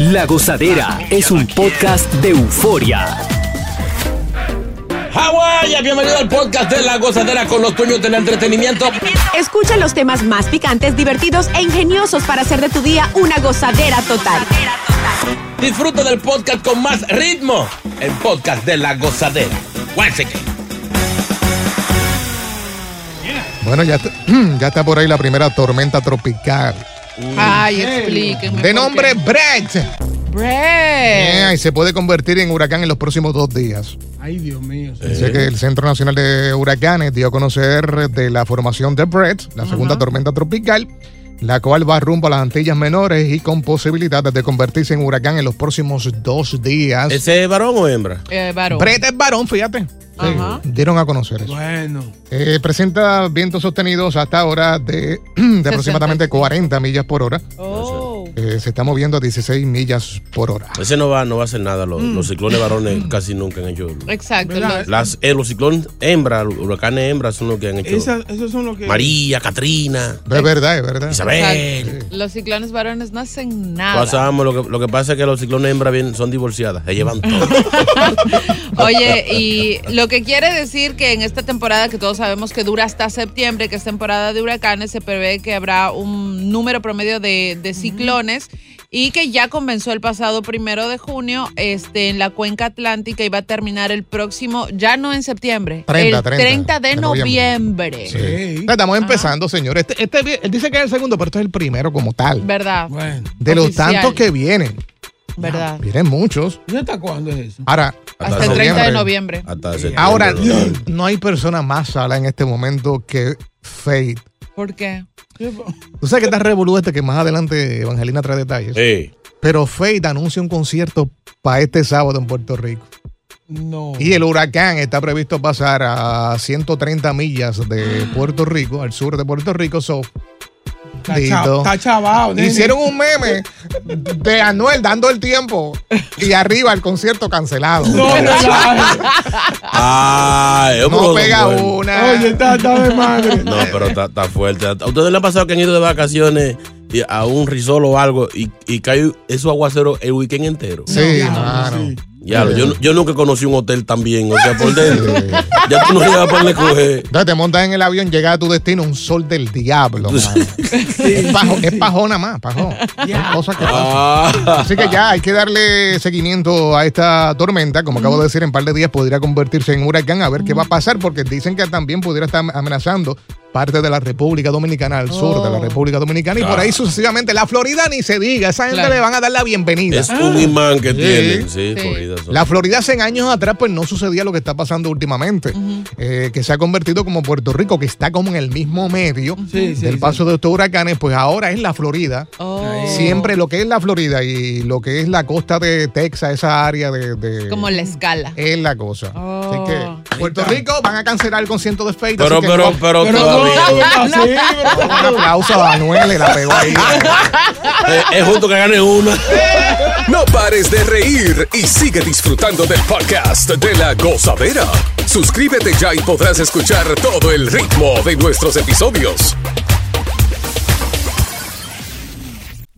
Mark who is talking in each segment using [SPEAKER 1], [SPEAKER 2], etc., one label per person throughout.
[SPEAKER 1] La Gozadera es un podcast de euforia.
[SPEAKER 2] Hawái, bienvenido al podcast de La Gozadera con los dueños del entretenimiento.
[SPEAKER 3] Escucha los temas más picantes, divertidos e ingeniosos para hacer de tu día una gozadera total.
[SPEAKER 2] Disfruta del podcast con más ritmo. El podcast de La Gozadera. Once again.
[SPEAKER 4] Bueno, ya está, ya está por ahí la primera tormenta tropical.
[SPEAKER 5] Ay, explíqueme.
[SPEAKER 4] De nombre Brett.
[SPEAKER 5] Brett.
[SPEAKER 4] Eh, y se puede convertir en huracán en los próximos dos días.
[SPEAKER 6] Ay, Dios mío.
[SPEAKER 2] Eh.
[SPEAKER 4] Dice Eh. que el Centro Nacional de Huracanes dio a conocer de la formación de Brett, la segunda tormenta tropical, la cual va rumbo a las Antillas Menores y con posibilidades de convertirse en huracán en los próximos dos días.
[SPEAKER 2] ¿Ese es varón o hembra?
[SPEAKER 5] Eh, varón.
[SPEAKER 4] Brett es varón, fíjate.
[SPEAKER 5] Ajá.
[SPEAKER 4] Dieron a conocer eso.
[SPEAKER 6] Bueno.
[SPEAKER 4] Eh, presenta vientos sostenidos hasta ahora de, de aproximadamente 40 millas por hora.
[SPEAKER 5] Oh.
[SPEAKER 4] Eh, se está moviendo a 16 millas por hora.
[SPEAKER 2] Ese no va, no va a hacer nada. Los, los ciclones varones casi nunca han hecho.
[SPEAKER 5] Exacto.
[SPEAKER 6] ¿Verdad?
[SPEAKER 5] los-
[SPEAKER 2] Las, eh, los ciclones hembra, los huracanes hembra son los que han hecho.
[SPEAKER 6] Esas, esos son los que.
[SPEAKER 2] María, Katrina,
[SPEAKER 4] Es verdad, es verdad.
[SPEAKER 2] Isabel.
[SPEAKER 5] Los, ciclones varones no hacen nada.
[SPEAKER 2] Pasamos, lo que, lo que pasa es que los ciclones hembra bien, son divorciadas, se llevan todo.
[SPEAKER 5] Oye, y lo que quiere decir que en esta temporada, que todos sabemos que dura hasta septiembre, que es temporada de huracanes, se prevé que habrá un número promedio de, de ciclones y que ya comenzó el pasado primero de junio este, en la cuenca atlántica y va a terminar el próximo, ya no en septiembre,
[SPEAKER 4] 30,
[SPEAKER 5] el
[SPEAKER 4] 30
[SPEAKER 5] de,
[SPEAKER 4] de noviembre.
[SPEAKER 5] noviembre.
[SPEAKER 4] Sí. Entonces, Eh, Estamos empezando, señores. Este, este- él dice que es el segundo, pero este es el primero como tal.
[SPEAKER 5] ¿Verdad?
[SPEAKER 6] Bueno.
[SPEAKER 4] De los
[SPEAKER 5] Oficial.
[SPEAKER 4] tantos que vienen.
[SPEAKER 5] ¿Verdad?
[SPEAKER 4] Vienen muchos.
[SPEAKER 6] ¿Y hasta cuándo es eso?
[SPEAKER 4] Ahora,
[SPEAKER 5] Hasta el 30 de noviembre.
[SPEAKER 2] Hasta septiembre,
[SPEAKER 4] ahora
[SPEAKER 2] ¿no?
[SPEAKER 4] no hay persona más sala en este momento que Faith.
[SPEAKER 5] ¿Por qué?
[SPEAKER 4] Tú sabes que está revolú este que más adelante Evangelina trae detalles.
[SPEAKER 2] Sí.
[SPEAKER 4] Pero Faith anuncia un concierto para este sábado en Puerto Rico.
[SPEAKER 6] No.
[SPEAKER 4] Y el huracán está previsto pasar a 130 millas de Puerto Rico, al sur de Puerto Rico. So,
[SPEAKER 6] Está
[SPEAKER 4] Dito.
[SPEAKER 6] cha- Está chavado, nene.
[SPEAKER 4] Hicieron un meme de Anuel dando el tiempo y arriba el concierto cancelado.
[SPEAKER 6] No,
[SPEAKER 4] No,
[SPEAKER 6] relaje.
[SPEAKER 2] Ah, es un
[SPEAKER 4] pega
[SPEAKER 2] producto, eh.
[SPEAKER 4] una.
[SPEAKER 6] Oye, está, está de madre.
[SPEAKER 2] No, pero está, está fuerte. ¿A ustedes le han pasado que han ido de vacaciones y a un risol o algo y, y cae esos aguaceros el weekend entero?
[SPEAKER 4] sí,
[SPEAKER 6] No,
[SPEAKER 4] mano.
[SPEAKER 6] sí.
[SPEAKER 2] Ya, yo, no- yo nunca conocí un hotel tan bien, o sea, por dentro. Ya tú no ibas para dónde coger.
[SPEAKER 4] Entonces te montas en el avión, llegas a tu destino, un sol del diablo. mano. Es, pajo, es pajón nada más, pajón. Son cosas que pasan.
[SPEAKER 2] Ah,
[SPEAKER 4] Así que ya hay que darle seguimiento a esta tormenta. Como acabo de decir, en par de días podría convertirse en huracán. A ver qué va a pasar, porque dicen que también pudiera estar amenazando parte de la República Dominicana, al sur
[SPEAKER 2] Oh.
[SPEAKER 4] de la República Dominicana. Y por ahí sucesivamente. La Florida ni se diga. Esa gente
[SPEAKER 5] Claro.
[SPEAKER 4] le van a dar la bienvenida. Ah.
[SPEAKER 2] es un imán que tienen. Sí,
[SPEAKER 5] Sí.
[SPEAKER 2] corridas son.
[SPEAKER 4] La Florida hace años atrás pues no sucedía lo que está pasando últimamente, Eh, que se ha convertido como Puerto Rico, que está como en el mismo medio
[SPEAKER 6] Sí, sí,
[SPEAKER 4] del
[SPEAKER 6] sí.
[SPEAKER 4] paso de estos huracanes, pues ahora es la Florida,
[SPEAKER 5] Oh.
[SPEAKER 4] Siempre lo que es la Florida y lo que es la costa de Texas, esa área de. de-
[SPEAKER 5] Como la escala.
[SPEAKER 4] es la cosa.
[SPEAKER 5] Oh.
[SPEAKER 4] Así que Puerto Rico van a cancelar el concierto de Faith.
[SPEAKER 2] Pero,
[SPEAKER 4] así que
[SPEAKER 2] pero,
[SPEAKER 4] no-
[SPEAKER 2] pero,
[SPEAKER 6] Pero no,
[SPEAKER 2] todavía.
[SPEAKER 6] no, no, sí, pero-
[SPEAKER 4] Un aplauso a Anuel, la pegó ahí.
[SPEAKER 2] Eh, es justo que gane una.
[SPEAKER 7] No pares de reír y sigue disfrutando del podcast de la gozadera. Suscríbete ya y podrás escuchar todo el ritmo de nuestros episodios.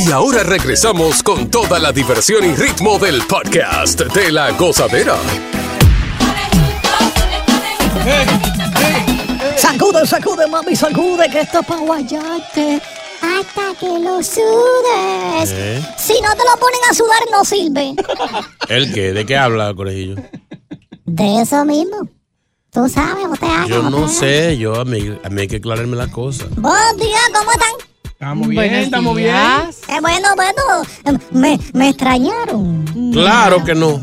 [SPEAKER 7] Y ahora regresamos con toda la diversión y ritmo del podcast de la gozadera.
[SPEAKER 8] Sacude, sacude, mami, sacude, que esto es para guayarte. Hasta que lo sudes.
[SPEAKER 2] ¿Eh?
[SPEAKER 8] Si no te lo ponen a sudar, no sirve.
[SPEAKER 2] ¿El qué? ¿De qué habla, conejillo?
[SPEAKER 8] De eso mismo. Tú sabes, usted haga.
[SPEAKER 2] Yo no sé, yo a mí, a mí hay que aclararme la cosa.
[SPEAKER 8] Buen día, ¿cómo están? Estamos
[SPEAKER 2] bien, Buenos estamos bien. días.
[SPEAKER 8] bueno, bueno, eh, me, me extrañaron.
[SPEAKER 2] Claro que no.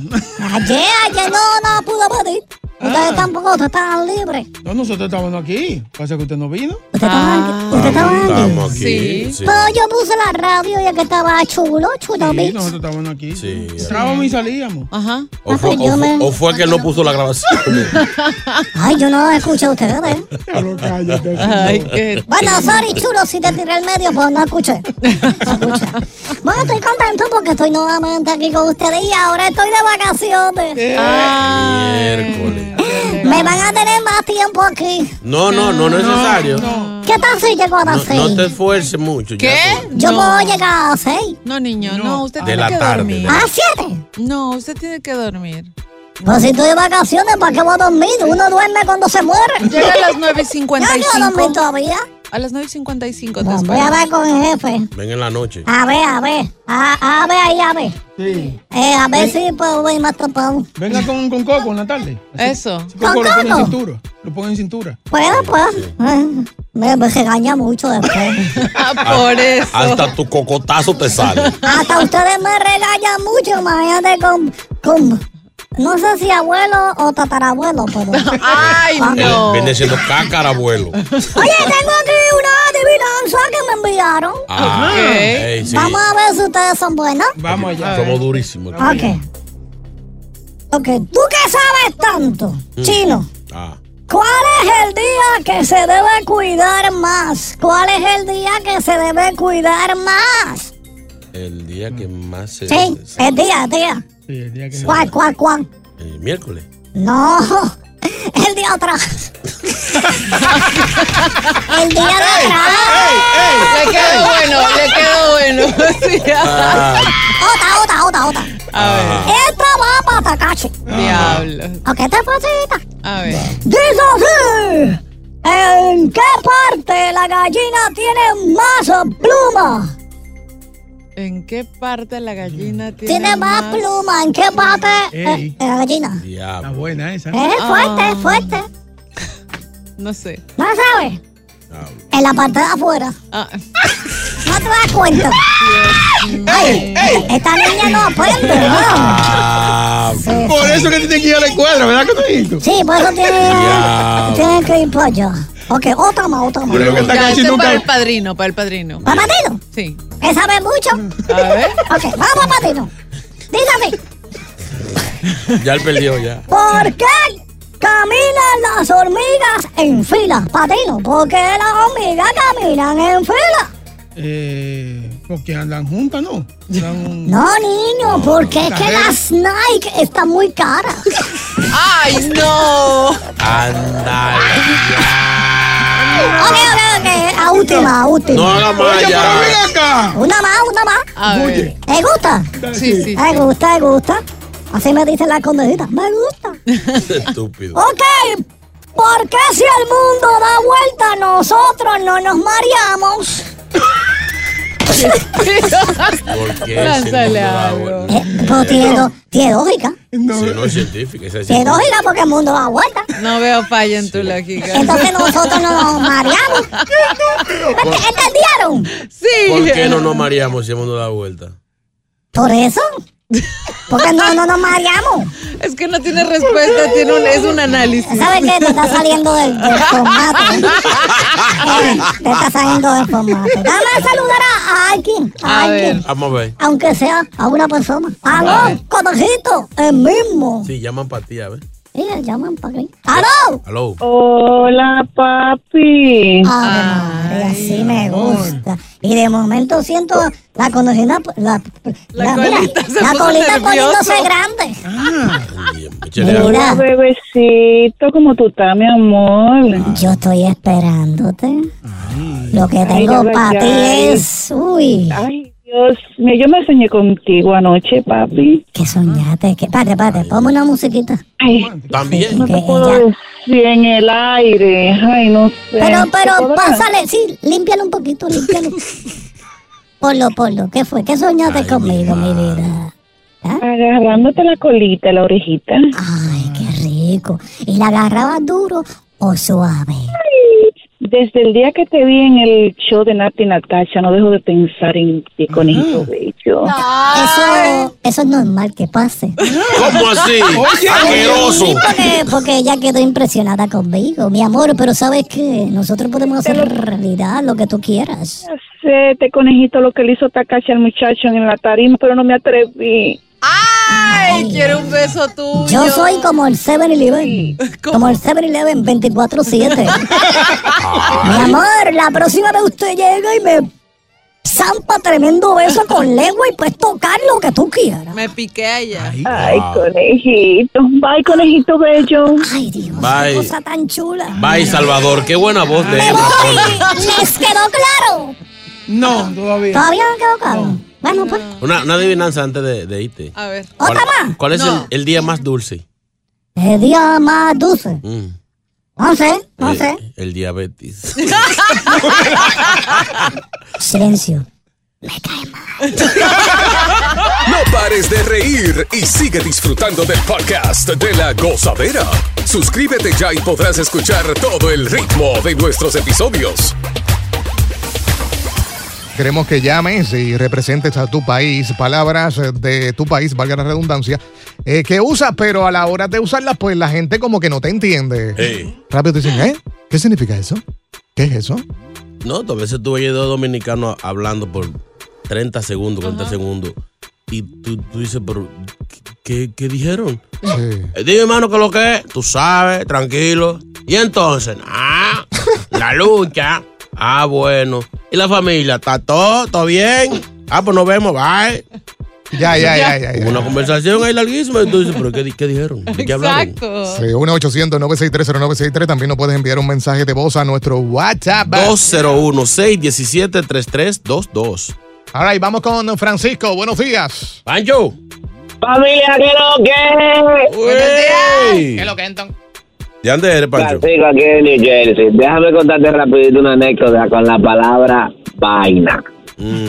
[SPEAKER 8] Ayer, ayer no, no pude venir. Ustedes tampoco estaban libres.
[SPEAKER 6] Ah. No, nosotros estábamos aquí. Pasa que usted no vino.
[SPEAKER 2] Ah, Estamos aquí. sí.
[SPEAKER 8] Pero Pues yo puse la radio y el que estaba chulo, chulo,
[SPEAKER 6] Sí,
[SPEAKER 8] bicho.
[SPEAKER 6] nosotros estábamos aquí.
[SPEAKER 2] Sí.
[SPEAKER 6] Entrábamos y salíamos.
[SPEAKER 5] Ajá.
[SPEAKER 2] O fue,
[SPEAKER 8] Ah, pues yo
[SPEAKER 2] o fue-
[SPEAKER 8] me-
[SPEAKER 2] o fue que no puso la grabación.
[SPEAKER 8] Ay, yo no escuché a ustedes.
[SPEAKER 5] Ay, qué.
[SPEAKER 8] Bueno, sorry, chulo, si te tiré al medio, pues no escuché. No escuché. Bueno, estoy contento porque estoy nuevamente aquí con ustedes y ahora estoy de
[SPEAKER 6] Eh.
[SPEAKER 8] vacaciones. Ah, Me van a tener más tiempo aquí.
[SPEAKER 2] No, no, no, no es necesario.
[SPEAKER 8] ¿Qué tal si llego a las seis?
[SPEAKER 2] No te esfuerces mucho. ya tú-
[SPEAKER 8] Yo puedo llegar a las seis.
[SPEAKER 5] No, niño, no, usted
[SPEAKER 2] De
[SPEAKER 5] tiene
[SPEAKER 2] la
[SPEAKER 5] que
[SPEAKER 2] tarde, de
[SPEAKER 5] dormir.
[SPEAKER 2] la-
[SPEAKER 8] ¿A las siete?
[SPEAKER 5] No, usted tiene que dormir.
[SPEAKER 8] Pues si estoy de vacaciones, ¿para qué voy a dormir? Uno duerme cuando se muere.
[SPEAKER 5] Llega a las
[SPEAKER 8] Yo no quiero dormir
[SPEAKER 5] 9.55.
[SPEAKER 8] todavía.
[SPEAKER 5] A las 9.55 te
[SPEAKER 8] Bueno, voy a
[SPEAKER 5] esperas.
[SPEAKER 8] hablar con el jefe.
[SPEAKER 2] Ven en la noche.
[SPEAKER 8] A ver, a ver. A, a ver ahí, a ver. Eh, a ver si puedo ir más temprano.
[SPEAKER 6] Venga con, con Coco en la tarde.
[SPEAKER 5] Eso.
[SPEAKER 6] Coco
[SPEAKER 8] ¿Con
[SPEAKER 6] lo pone en
[SPEAKER 8] Coco?
[SPEAKER 6] cintura. Lo pone en cintura.
[SPEAKER 8] Puedo, puedo. Eh, Me, me regaña mucho después.
[SPEAKER 5] Por eso.
[SPEAKER 2] Hasta tu cocotazo te sale.
[SPEAKER 8] Hasta ustedes me regañan mucho, imagínate con, con... No sé si abuelo o tatarabuelo, pero...
[SPEAKER 5] Ay,
[SPEAKER 8] Ah,
[SPEAKER 5] no.
[SPEAKER 2] Viene siendo cácara, abuelo.
[SPEAKER 8] Oye, tengo aquí una adivinanza que me enviaron.
[SPEAKER 2] Ah, ey, sí.
[SPEAKER 8] Vamos a ver si ustedes son buenas.
[SPEAKER 6] Vamos allá.
[SPEAKER 2] Somos durísimos.
[SPEAKER 8] Ok. Ok, ¿tú qué sabes tanto,
[SPEAKER 5] Mm.
[SPEAKER 8] chino?
[SPEAKER 2] Ah.
[SPEAKER 8] ¿Cuál es el día que se debe cuidar más? ¿Cuál es el día que se debe cuidar más?
[SPEAKER 2] El día que más se.
[SPEAKER 8] Sí,
[SPEAKER 2] se-
[SPEAKER 8] el día, el día. ¿Cuál, cuál, cuál?
[SPEAKER 2] el miércoles.
[SPEAKER 8] No, el día atrás. el día de atrás.
[SPEAKER 5] Le quedó bueno, le quedó bueno. Sí,
[SPEAKER 2] Ah,
[SPEAKER 8] Otra, otra, otra, otra.
[SPEAKER 2] ah.
[SPEAKER 8] Esta va para Takashi.
[SPEAKER 5] Diablo.
[SPEAKER 8] Ok, esta es facilita.
[SPEAKER 5] A ver.
[SPEAKER 8] Dice así. ¿En qué parte la gallina tiene más plumas?
[SPEAKER 5] ¿En qué parte la gallina tiene,
[SPEAKER 8] Mm. Tiene más pluma. ¿En qué parte
[SPEAKER 6] Ey. Ah.
[SPEAKER 8] eh, la gallina? Eh,
[SPEAKER 6] Está
[SPEAKER 2] Diablo.
[SPEAKER 6] buena esa.
[SPEAKER 8] Es fuerte, es fuerte.
[SPEAKER 5] No sé.
[SPEAKER 8] ¿No sabes?
[SPEAKER 6] Ah.
[SPEAKER 8] En la parte de afuera.
[SPEAKER 5] Ah,
[SPEAKER 8] No te das cuenta. Ay, esta niña no aprende. ¿no?
[SPEAKER 2] Ah,
[SPEAKER 8] Sí,
[SPEAKER 6] Por eso que tiene que ir a la escuadra, ¿verdad, Conejito?
[SPEAKER 8] sí, por eso tiene,
[SPEAKER 2] Diablo.
[SPEAKER 8] tiene que ir para allá. Ok, otra más, otra más.
[SPEAKER 6] Creo que
[SPEAKER 5] ya,
[SPEAKER 6] Takashi
[SPEAKER 5] este
[SPEAKER 6] nunca-
[SPEAKER 5] para el padrino, para el padrino.
[SPEAKER 8] ¿Va Patino?
[SPEAKER 5] Sí. Mm.
[SPEAKER 8] ¿Él sabe mucho?
[SPEAKER 5] A ver.
[SPEAKER 8] Ok, vamos a Patino. Dígame,
[SPEAKER 2] ya él perdió ya.
[SPEAKER 8] ¿por qué caminan las hormigas en fila? Patino, ¿por qué las hormigas caminan en fila?
[SPEAKER 6] Eh, porque andan juntas, ¿no? Andan-
[SPEAKER 8] No, niño, porque es que las Nike están muy caras.
[SPEAKER 5] ¡Ay, no!
[SPEAKER 8] Ok, ok, ok. A última, a última.
[SPEAKER 2] No haga más
[SPEAKER 6] Oye, pero
[SPEAKER 2] ya.
[SPEAKER 6] ven acá.
[SPEAKER 8] Una más, una más.
[SPEAKER 5] A ver.
[SPEAKER 8] ¿Te gusta?
[SPEAKER 5] Sí, sí.
[SPEAKER 8] Me gusta, me gusta. Así me dicen las condejitas. Me gusta.
[SPEAKER 2] Estúpido.
[SPEAKER 8] Ok, ¿por qué si el mundo da vuelta nosotros no nos mareamos?
[SPEAKER 2] ¿Por qué?
[SPEAKER 8] Lánzale
[SPEAKER 2] algo.
[SPEAKER 8] Pues tiene, tiene lógica.
[SPEAKER 2] Si Eh, no es científica, esa es
[SPEAKER 8] Tiene
[SPEAKER 2] científica.
[SPEAKER 8] lógica porque el mundo da vuelta.
[SPEAKER 5] No veo falla en tu lógica.
[SPEAKER 8] Entonces nosotros nos mareamos. Porque entendieron.
[SPEAKER 5] Sí.
[SPEAKER 2] ¿Por qué no nos mareamos si el mundo da vuelta?
[SPEAKER 8] Por eso. Porque no, no nos mareamos.
[SPEAKER 5] Es que no tiene respuesta, tiene un, es un análisis.
[SPEAKER 8] ¿Sabes qué? Te está saliendo del, del formato. Eh, te está saliendo del formato. Dame saludar a alguien. A alguien.
[SPEAKER 2] Vamos a ver.
[SPEAKER 8] Aunque sea a una persona.
[SPEAKER 2] A
[SPEAKER 8] ¡Aló,
[SPEAKER 2] ver.
[SPEAKER 8] conejito! El mismo.
[SPEAKER 2] Sí, llaman para ti, a ver.
[SPEAKER 8] Sí, le llaman para aquí. ¡Aló!
[SPEAKER 2] Aló.
[SPEAKER 8] Hola, papi. así me gusta. Y de momento siento la conejita, la, la, mira,
[SPEAKER 9] se
[SPEAKER 8] la
[SPEAKER 9] puso
[SPEAKER 8] colita
[SPEAKER 9] nervioso.
[SPEAKER 8] poniéndose grande. Ah.
[SPEAKER 9] Hola, bebecito, ¿cómo tú estás, mi amor?
[SPEAKER 8] Yo estoy esperándote. Lo que tengo
[SPEAKER 9] Ay,
[SPEAKER 8] para ti
[SPEAKER 9] ay.
[SPEAKER 8] es, uy.
[SPEAKER 9] Ay, Dios mío, yo me soñé contigo anoche, papi.
[SPEAKER 8] ¿Qué soñaste? ¿Qué? Pate, pate, ponme una musiquita.
[SPEAKER 2] También.
[SPEAKER 9] No te puedo decir en el aire. Ay, no sé.
[SPEAKER 8] Pero,
[SPEAKER 9] ¿Te
[SPEAKER 8] pero,
[SPEAKER 9] puedo dar?
[SPEAKER 8] pásale, sí, límpialo un poquito, límpialo. Ponlo, ponlo, ¿qué fue? ¿Qué soñaste conmigo, mi vida?
[SPEAKER 9] Agarrándote la colita, la orejita.
[SPEAKER 8] Ay, qué rico. ¿Y la agarrabas duro o suave?
[SPEAKER 9] Desde el día que te vi en el show de Nati Natasha, no dejo de pensar en ti, conejito bello.
[SPEAKER 8] Eso, eso es normal que pase.
[SPEAKER 2] ¿Cómo así?
[SPEAKER 8] Oye,
[SPEAKER 2] ¡Asqueroso!
[SPEAKER 8] Sí, porque, porque ella quedó impresionada conmigo, mi amor, pero sabes que nosotros podemos hacer realidad lo que tú quieras.
[SPEAKER 9] Sé, este conejito, lo que le hizo Takashi al muchacho en la tarima, pero no me atreví.
[SPEAKER 5] Ay, quiero un beso tuyo.
[SPEAKER 8] Yo soy como el 7-Eleven, como el 7-Eleven 24-7. mi amor, la próxima vez usted llega y me zampa tremendo beso con lengua y puedes tocar lo que tú quieras.
[SPEAKER 5] Me piqué allá.
[SPEAKER 9] Ay, conejito. Bye, conejito bello.
[SPEAKER 8] Ay, Dios.
[SPEAKER 2] Bye.
[SPEAKER 8] Cosa tan chula.
[SPEAKER 2] Bye, Salvador. Qué buena voz de
[SPEAKER 8] ¡Me
[SPEAKER 2] él.
[SPEAKER 8] voy! ¿Les quedó claro?
[SPEAKER 6] No, todavía.
[SPEAKER 8] ¿Todavía no quedó claro? Bueno, pues.
[SPEAKER 2] Una, una adivinanza antes de, de irte.
[SPEAKER 5] A ver.
[SPEAKER 2] ¿Cuál, cuál es el, el día más dulce?
[SPEAKER 8] El día más dulce.
[SPEAKER 2] Mm,
[SPEAKER 8] No sé, no
[SPEAKER 2] Eh,
[SPEAKER 8] sé.
[SPEAKER 2] el diabetes.
[SPEAKER 8] Silencio.
[SPEAKER 7] No pares de reír y sigue disfrutando del podcast de la gozadera. Suscríbete ya y podrás escuchar todo el ritmo de nuestros episodios.
[SPEAKER 4] Queremos que llames y representes a tu país, palabras eh, de tu país, valga la redundancia, eh, que usas, pero a la hora de usarlas, pues la gente como que no te entiende.
[SPEAKER 2] Ey.
[SPEAKER 4] Rápido te dicen, ¿eh? ¿Qué significa eso? ¿Qué es eso?
[SPEAKER 2] No, a veces tú oyes dos dominicanos hablando por 30 segundos, 40 segundos. Y tú, tú dices, pero, ¿qué, qué dijeron? Eh, Dime, hermano, que lo que es. Tú sabes, tranquilo. Y entonces, ah, la lucha. Ah, bueno. ¿Y la familia? ¿Está todo? ¿Todo bien? Ah, pues nos vemos, bye.
[SPEAKER 4] Ya, ya, ya, ya, ya.
[SPEAKER 2] Hubo una conversación ahí larguísima. Y tú dices, ¿pero qué, di- qué dijeron? ¿De qué hablaron?
[SPEAKER 4] Sí, 1-800-963-0963. También nos puedes enviar un mensaje de voz a nuestro WhatsApp.
[SPEAKER 2] 201-617-3322.
[SPEAKER 4] Ahora right, vamos con Francisco. Buenos días.
[SPEAKER 2] Pancho.
[SPEAKER 10] Familia, ¿qué lo que?
[SPEAKER 2] Uy.
[SPEAKER 10] lo que entonces?
[SPEAKER 2] ¿De dónde eres, Pancho?
[SPEAKER 10] Francisco, aquí en New Jersey. Déjame contarte rapidito una anécdota con la palabra vaina.
[SPEAKER 2] Mm.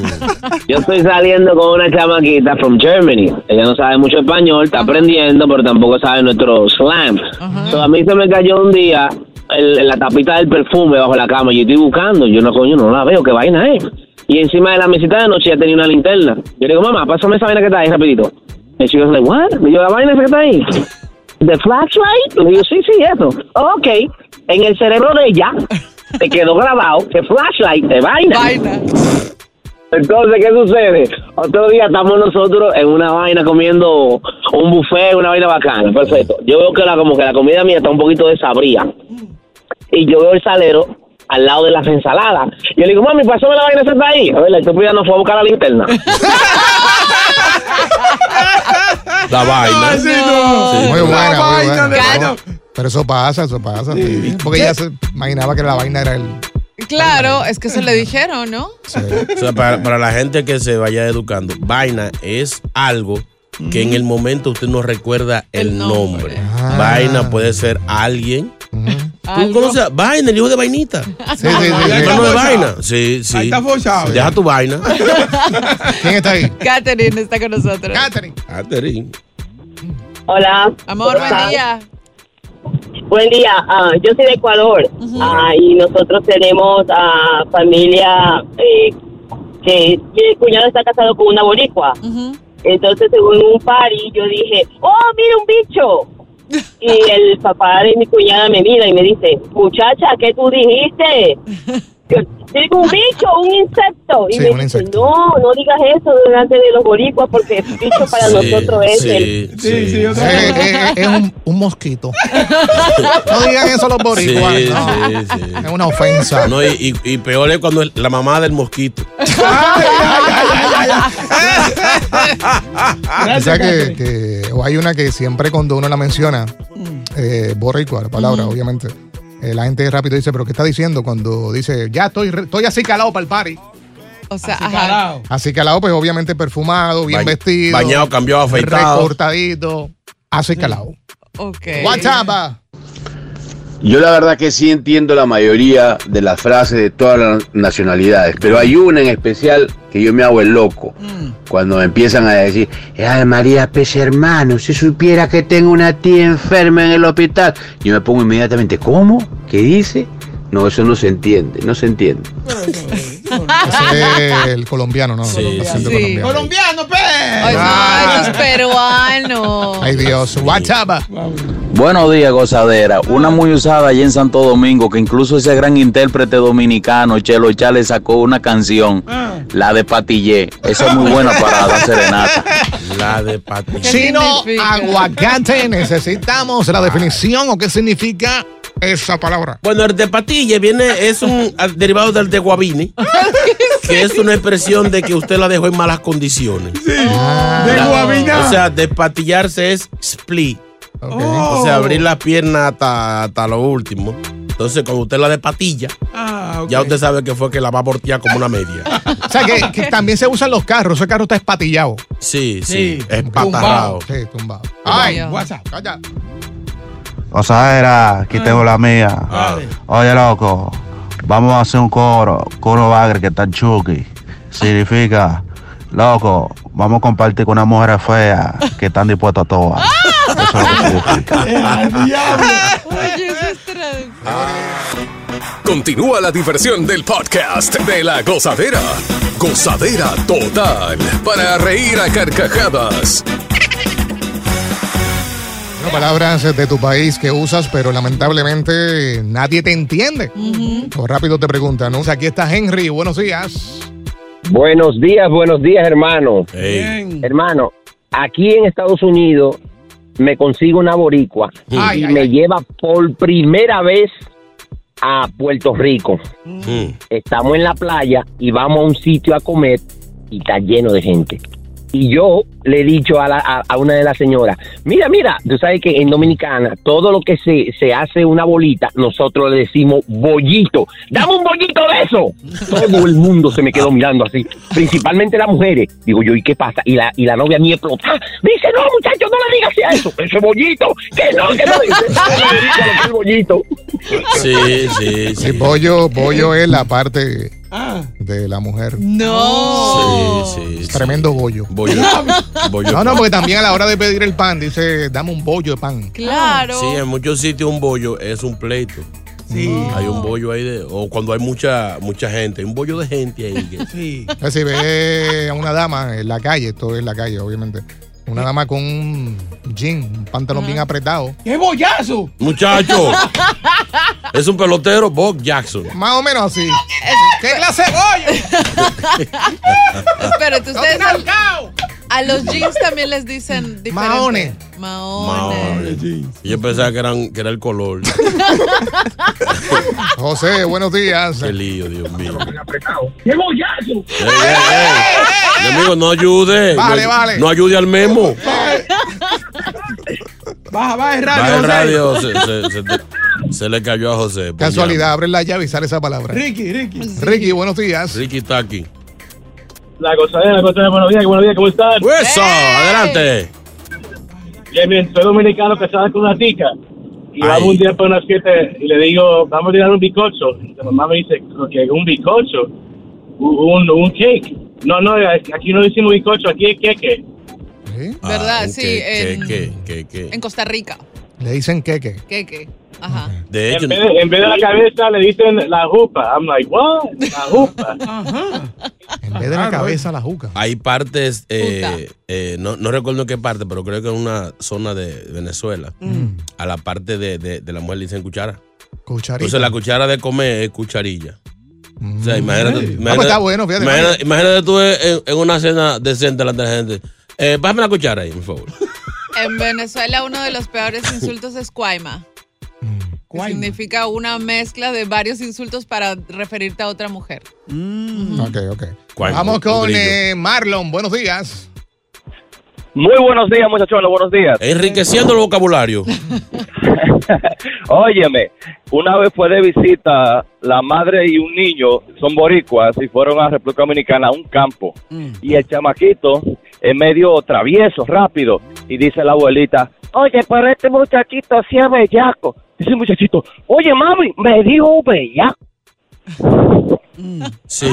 [SPEAKER 10] Yo estoy saliendo con una chamaquita from Germany. Ella no sabe mucho español, está aprendiendo, pero tampoco sabe nuestro slang. So, a mí se me cayó un día el- la tapita del perfume bajo la cama. Yo estoy buscando, yo no coño, no la veo, qué vaina es. Y encima de la mesita de noche ya tenía una linterna. Yo le digo, mamá, pásame esa vaina que está ahí rapidito. Y she was like, what? Y yo, la vaina esa que está ahí. The flashlight? Le digo, sí, sí, eso. Ok, en el cerebro de ella te quedó grabado que flashlight de vaina. Entonces, ¿qué sucede? Otro día estamos nosotros en una vaina comiendo un buffet, una vaina bacana, perfecto. Yo veo que la, como que la comida mía está un poquito desabrida. Y yo veo el salero al lado de las ensaladas. Yo le digo, mami, pásame la vaina esa está ahí. A ver, la estúpida nos fue a buscar la linterna.
[SPEAKER 2] La vaina.
[SPEAKER 4] Sí, Muy buena, muy buena. Pero eso pasa, eso pasa. sí. Porque ella se imaginaba que la vaina era el.
[SPEAKER 5] Claro, es que se le dijeron, ¿no?
[SPEAKER 2] O sea, para, para la gente que se vaya educando, vaina es algo que en el
[SPEAKER 4] Ah.
[SPEAKER 2] momento usted no recuerda el, nombre. Vaina puede ser alguien, ¿Tú conoces a Vaina, el hijo de Vainita?
[SPEAKER 4] Sí, sí, sí.
[SPEAKER 2] El hermano de
[SPEAKER 4] Ahí está
[SPEAKER 2] Vaina. Sí, sí.
[SPEAKER 4] Ahí está forzado.
[SPEAKER 2] Deja tu vaina.
[SPEAKER 4] ¿Quién está ahí?
[SPEAKER 5] Katherine está con nosotros.
[SPEAKER 4] Katherine.
[SPEAKER 2] Ah, Catherine.
[SPEAKER 11] Hola.
[SPEAKER 5] Amor,
[SPEAKER 11] ¿Cómo
[SPEAKER 5] buen
[SPEAKER 11] estás?
[SPEAKER 5] día.
[SPEAKER 11] Buen día. Ah, yo soy de Ecuador Ah, y nosotros tenemos a familia eh, que, que el cuñado está casado con una boricua. Entonces, según un pari, yo dije, oh, mira un bicho. Y el papá de mi cuñada me mira y me dice, muchacha, ¿qué tú dijiste? Yo Digo, un bicho, un insecto. Y
[SPEAKER 4] Sí,
[SPEAKER 11] me
[SPEAKER 4] un
[SPEAKER 11] dice,
[SPEAKER 4] insecto.
[SPEAKER 11] no, no digas eso delante de los boricuas porque bicho para
[SPEAKER 4] Sí,
[SPEAKER 11] nosotros es
[SPEAKER 4] sí,
[SPEAKER 11] el...
[SPEAKER 4] Sí, sí, yo sé. Es un, un mosquito. No digan eso los boricuas.
[SPEAKER 2] Sí,
[SPEAKER 4] no.
[SPEAKER 2] sí, sí.
[SPEAKER 4] Es una ofensa.
[SPEAKER 2] No, y, y- y peor es cuando el- la mamá del mosquito.
[SPEAKER 4] Ah, O sea que, que- o hay una que siempre cuando uno la menciona, eh, boricua, la palabra, obviamente, eh, la gente rápido dice, pero ¿qué está diciendo? Cuando dice, ya estoy, re- estoy así calado para el party.
[SPEAKER 5] O sea, ajá.
[SPEAKER 4] Así calado, pues obviamente perfumado, bien
[SPEAKER 2] Ba-
[SPEAKER 4] vestido.
[SPEAKER 2] bañado, cambiado, afeitado.
[SPEAKER 4] Recortadito. Así calado. ah?
[SPEAKER 5] Ok.
[SPEAKER 4] Eh. Guachapa.
[SPEAKER 12] Yo la verdad que sí entiendo la mayoría de las frases de todas las nacionalidades, pero hay una en especial que yo me hago el loco.
[SPEAKER 2] Mm.
[SPEAKER 12] Cuando empiezan a decir, ay Eh, María Pese hermano, si supiera que tengo una tía enferma en el hospital, yo me pongo inmediatamente, ¿cómo? ¿Qué dice? No, eso no se entiende, no se entiende.
[SPEAKER 4] Ese es Eh, el colombiano, ¿no? El acento
[SPEAKER 13] Sí.
[SPEAKER 4] colombiano.
[SPEAKER 13] Colombiano, pues. Ah. pe.
[SPEAKER 5] Ay, eso es peruano.
[SPEAKER 4] Ay Dios, ah? guachapa.
[SPEAKER 14] Buenos días, gozadera. Una muy usada allá en Santo Domingo, que incluso ese gran intérprete dominicano, Chelo Chávez, sacó una canción,
[SPEAKER 2] Ah.
[SPEAKER 14] la de Patillé. Esa es muy buena para dar serenata.
[SPEAKER 2] La de Patillé.
[SPEAKER 4] Chino aguacate, necesitamos la definición o qué significa esa palabra.
[SPEAKER 2] Bueno, el de patilla viene, es un a- derivado del de guabini, que es una expresión de que usted la dejó en malas condiciones.
[SPEAKER 13] De
[SPEAKER 2] La-
[SPEAKER 13] guabina.
[SPEAKER 2] Ah, O sea, despatillarse es split. O
[SPEAKER 13] Oh.
[SPEAKER 2] sea, abrir las piernas hasta, hasta lo último. Entonces, cuando usted la despatilla,
[SPEAKER 13] Ah, ok.
[SPEAKER 2] ya usted sabe que fue que la va a voltear como una media.
[SPEAKER 4] O sea, que, que también se usan los carros. Ese carro está espatillado.
[SPEAKER 2] Sí, sí,
[SPEAKER 4] Sí,
[SPEAKER 2] es patarrado.
[SPEAKER 4] Sí, tumbado. Ay, WhatsApp.
[SPEAKER 15] Osadera,
[SPEAKER 4] Ah.
[SPEAKER 15] aquí tengo la mía. Oye, loco, vamos a hacer un coro, coro bagre que está chuki. Significa, loco, vamos a compartir con una mujer fea que están dispuestas a
[SPEAKER 4] Ah.
[SPEAKER 15] todas. Eso es lo que significa.
[SPEAKER 7] Continúa la diversión del podcast de la gozadera. Gozadera total. Para reír a carcajadas.
[SPEAKER 4] Bueno, palabras de tu país que usas, pero lamentablemente nadie te entiende. O rápido te preguntan, ¿no? O sea, aquí está Henry, buenos días.
[SPEAKER 10] Buenos días, buenos días, hermano. Hermano, aquí en Estados Unidos me consigo una boricua
[SPEAKER 4] Ay,
[SPEAKER 10] y
[SPEAKER 4] ay,
[SPEAKER 10] me lleva por primera vez a Puerto Rico. Estamos en la playa y vamos a un sitio a comer y está lleno de gente. Y yo le he dicho a, la- a- a una de las señoras, mira, mira, tú sabes que en Dominicana todo lo que se, se hace una bolita, nosotros le decimos bollito. Dame un bollito de eso. Todo el mundo se me quedó mirando así, principalmente las mujeres. Digo yo, ¿y qué pasa? Y la, y la novia mía explota. Me dice, no, muchachos, no le digas así a eso. Eso es bollito. Que no, que no. Yo, "El bollito.
[SPEAKER 2] Sí, sí, sí.
[SPEAKER 4] El bollo, bollo es la parte de la mujer.
[SPEAKER 5] No.
[SPEAKER 2] Sí, sí.
[SPEAKER 4] Tremendo bollo.
[SPEAKER 2] Bollo. Bollo.
[SPEAKER 4] No, no, porque también a la hora de pedir el pan, dice, dame un bollo de pan.
[SPEAKER 5] Claro.
[SPEAKER 2] Sí, en muchos sitios un bollo es un pleito. Sí. Hay un bollo ahí de. O cuando hay mucha mucha gente, hay un bollo de gente ahí. que-
[SPEAKER 4] Pues si ve a una dama en la calle, esto es la calle, obviamente. Una dama con un jean, un pantalón bien apretado.
[SPEAKER 13] ¡Qué bollazo!
[SPEAKER 2] Muchacho, es un pelotero Bob Jackson.
[SPEAKER 4] Más o menos así.
[SPEAKER 13] ¡Qué clase de
[SPEAKER 5] Pero tú ustedes al- a los jeans también les dicen diferente. Maones.
[SPEAKER 2] Madre. Yo pensaba que, eran, que era el color.
[SPEAKER 4] José, buenos días.
[SPEAKER 2] Qué lío, Dios mío.
[SPEAKER 10] um.
[SPEAKER 13] ¡Qué bollazo!
[SPEAKER 2] Ey, ey, ey. Mi amigo, no ayude.
[SPEAKER 13] Vale,
[SPEAKER 2] no,
[SPEAKER 13] vale.
[SPEAKER 2] No ayude al memo.
[SPEAKER 13] Baja, baja el radio.
[SPEAKER 2] Va el
[SPEAKER 13] José.
[SPEAKER 2] radio. Se, se- se te- se le cayó a José. puñal.
[SPEAKER 4] Casualidad, abre la llave y sale esa palabra.
[SPEAKER 13] Ricky, Ricky.
[SPEAKER 4] Ricky, buenos días.
[SPEAKER 2] Ricky está aquí.
[SPEAKER 16] Eh.
[SPEAKER 17] La gozadera, la gozadera, buenos días, buenos días, ¿cómo están?
[SPEAKER 2] Adelante.
[SPEAKER 17] Bien, bien, soy dominicano casado con una tica.
[SPEAKER 16] y vamos un día para una fiesta y le digo, vamos a tirar un bizcocho. Y la mamá me dice, que un bizcocho, un, un cake. No, no, aquí no decimos bizcocho, aquí es queque.
[SPEAKER 5] ¿Verdad?
[SPEAKER 2] Ah,
[SPEAKER 5] sí,
[SPEAKER 2] ¿Qué,
[SPEAKER 5] en,
[SPEAKER 2] qué, qué, qué?
[SPEAKER 5] en Costa Rica.
[SPEAKER 4] Le dicen queque.
[SPEAKER 5] Queque. Ajá.
[SPEAKER 2] De hecho,
[SPEAKER 16] En vez, de, en vez de la cabeza le dicen la jupa. I'm like, what? La jupa.
[SPEAKER 4] En vez de la cabeza, la juca.
[SPEAKER 2] hay partes, eh, eh, no, no recuerdo en qué parte, pero creo que en una zona de Venezuela,
[SPEAKER 4] Mm.
[SPEAKER 2] a la parte de, de- de la mujer le dicen cuchara.
[SPEAKER 4] Cucharita.
[SPEAKER 2] Entonces la cuchara de comer es cucharilla. O sea, imagínate,
[SPEAKER 4] Ah, pues
[SPEAKER 2] imagínate,
[SPEAKER 4] está bueno, fíjate.
[SPEAKER 2] imagínate, imagínate tú en, en una cena decente la gente. Eh, pásame la cuchara ahí, por favor.
[SPEAKER 5] En Venezuela uno de los peores insultos es cuaima.
[SPEAKER 6] Mm.
[SPEAKER 5] Que significa una mezcla de varios insultos para referirte a otra mujer.
[SPEAKER 4] Ok, ok. Mm. Vamos con eh, Marlon. Buenos días.
[SPEAKER 17] Muy buenos días, muchachones, buenos días.
[SPEAKER 2] Enriqueciendo el vocabulario.
[SPEAKER 17] Óyeme, una vez fue de visita la madre y un niño, son boricuas, y fueron a República Dominicana a un campo. Y el chamaquito es medio travieso, rápido, y dice la abuelita, Oye, pero este muchachito sí es bellaco. Dice el muchachito, oye mami, me dijo bellaco.
[SPEAKER 2] Sí,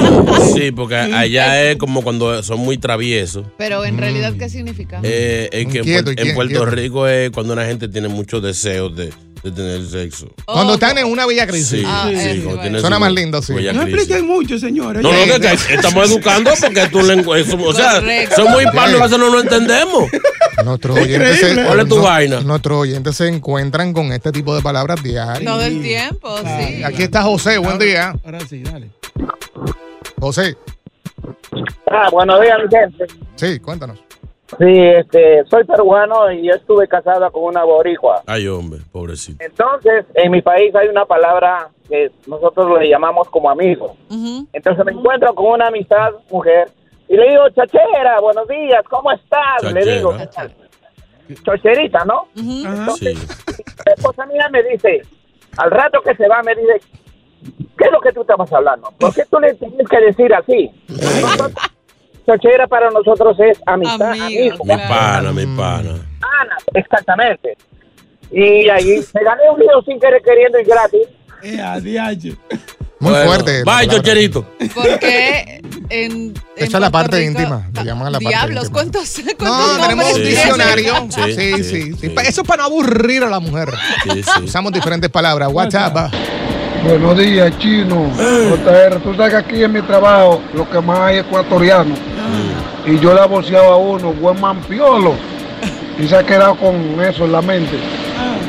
[SPEAKER 2] sí, porque allá es como cuando son muy traviesos.
[SPEAKER 5] Pero en realidad,
[SPEAKER 6] Mm.
[SPEAKER 5] ¿qué significa?
[SPEAKER 2] Eh, es que en
[SPEAKER 4] Mm. Inquieto,
[SPEAKER 2] Puer- en,
[SPEAKER 4] inquieto.
[SPEAKER 2] Puerto Rico es cuando una gente tiene muchos deseos de, de tener sexo.
[SPEAKER 16] Oh,
[SPEAKER 4] Cuando están en una bella crisis.
[SPEAKER 2] Sí, sí, cuando tiene
[SPEAKER 4] Suena
[SPEAKER 2] su-
[SPEAKER 4] más lindo, sí.
[SPEAKER 2] huella
[SPEAKER 6] No
[SPEAKER 2] crisis.
[SPEAKER 6] expliquen mucho, señores.
[SPEAKER 2] No,
[SPEAKER 6] Ya.
[SPEAKER 2] no, que, que estamos educando porque tu lengua. es- O sea,
[SPEAKER 6] Correcto.
[SPEAKER 2] somos hispanos, a veces no lo entendemos.
[SPEAKER 4] Nuestros oyentes, se,
[SPEAKER 2] Increíble. ¿Cuál es tu
[SPEAKER 4] no-
[SPEAKER 2] vaina?
[SPEAKER 4] nuestros oyentes se encuentran con este tipo de palabras diarias.
[SPEAKER 5] Todo el tiempo, sí.
[SPEAKER 4] Aquí está José, buen día.
[SPEAKER 6] Ahora sí, dale.
[SPEAKER 4] José,
[SPEAKER 18] Ah, buenos días, mi gente.
[SPEAKER 4] sí, cuéntanos.
[SPEAKER 18] Sí, este, soy peruano y yo estuve casada con una boricua.
[SPEAKER 2] Ay, hombre, pobrecito.
[SPEAKER 18] Entonces, en mi país hay una palabra que nosotros le llamamos como amigo. Entonces me encuentro con una amistad mujer y le digo, chachera, buenos días, ¿cómo estás? Le digo, chocherita, ¿no?
[SPEAKER 2] Ah,
[SPEAKER 18] Entonces, mi esposa mía me dice, al rato que se va, me dice, ¿qué es lo que tú estabas hablando? ¿Por qué tú le tienes que decir así? Nosotros- Chochera para nosotros es amistad, amigo.
[SPEAKER 2] Mi pana, mi pana.
[SPEAKER 18] Ana, exactamente. Y ahí me gané un video sin querer queriendo y gratis.
[SPEAKER 4] Muy fuerte.
[SPEAKER 2] Bye, chocherito.
[SPEAKER 5] Porque en.
[SPEAKER 4] Esa es la parte íntima. Le llaman la
[SPEAKER 5] Diablos,
[SPEAKER 4] parte
[SPEAKER 5] ¿cuántos, cuántos
[SPEAKER 4] No, tenemos
[SPEAKER 5] nombres
[SPEAKER 4] un
[SPEAKER 5] tiene?
[SPEAKER 4] diccionario. Sí,
[SPEAKER 2] Sí,
[SPEAKER 4] sí,
[SPEAKER 2] sí,
[SPEAKER 4] sí. Pa- Eso es para no aburrir a la mujer. Usamos diferentes palabras. WhatsApp. Eh.
[SPEAKER 19] Buenos días, chino. JR, tú sabes que aquí en mi trabajo lo que más hay ecuatorianos.
[SPEAKER 4] Ah.
[SPEAKER 19] Y yo le boceaba a uno, buen mampiolo. Y se ha quedado con eso en la mente.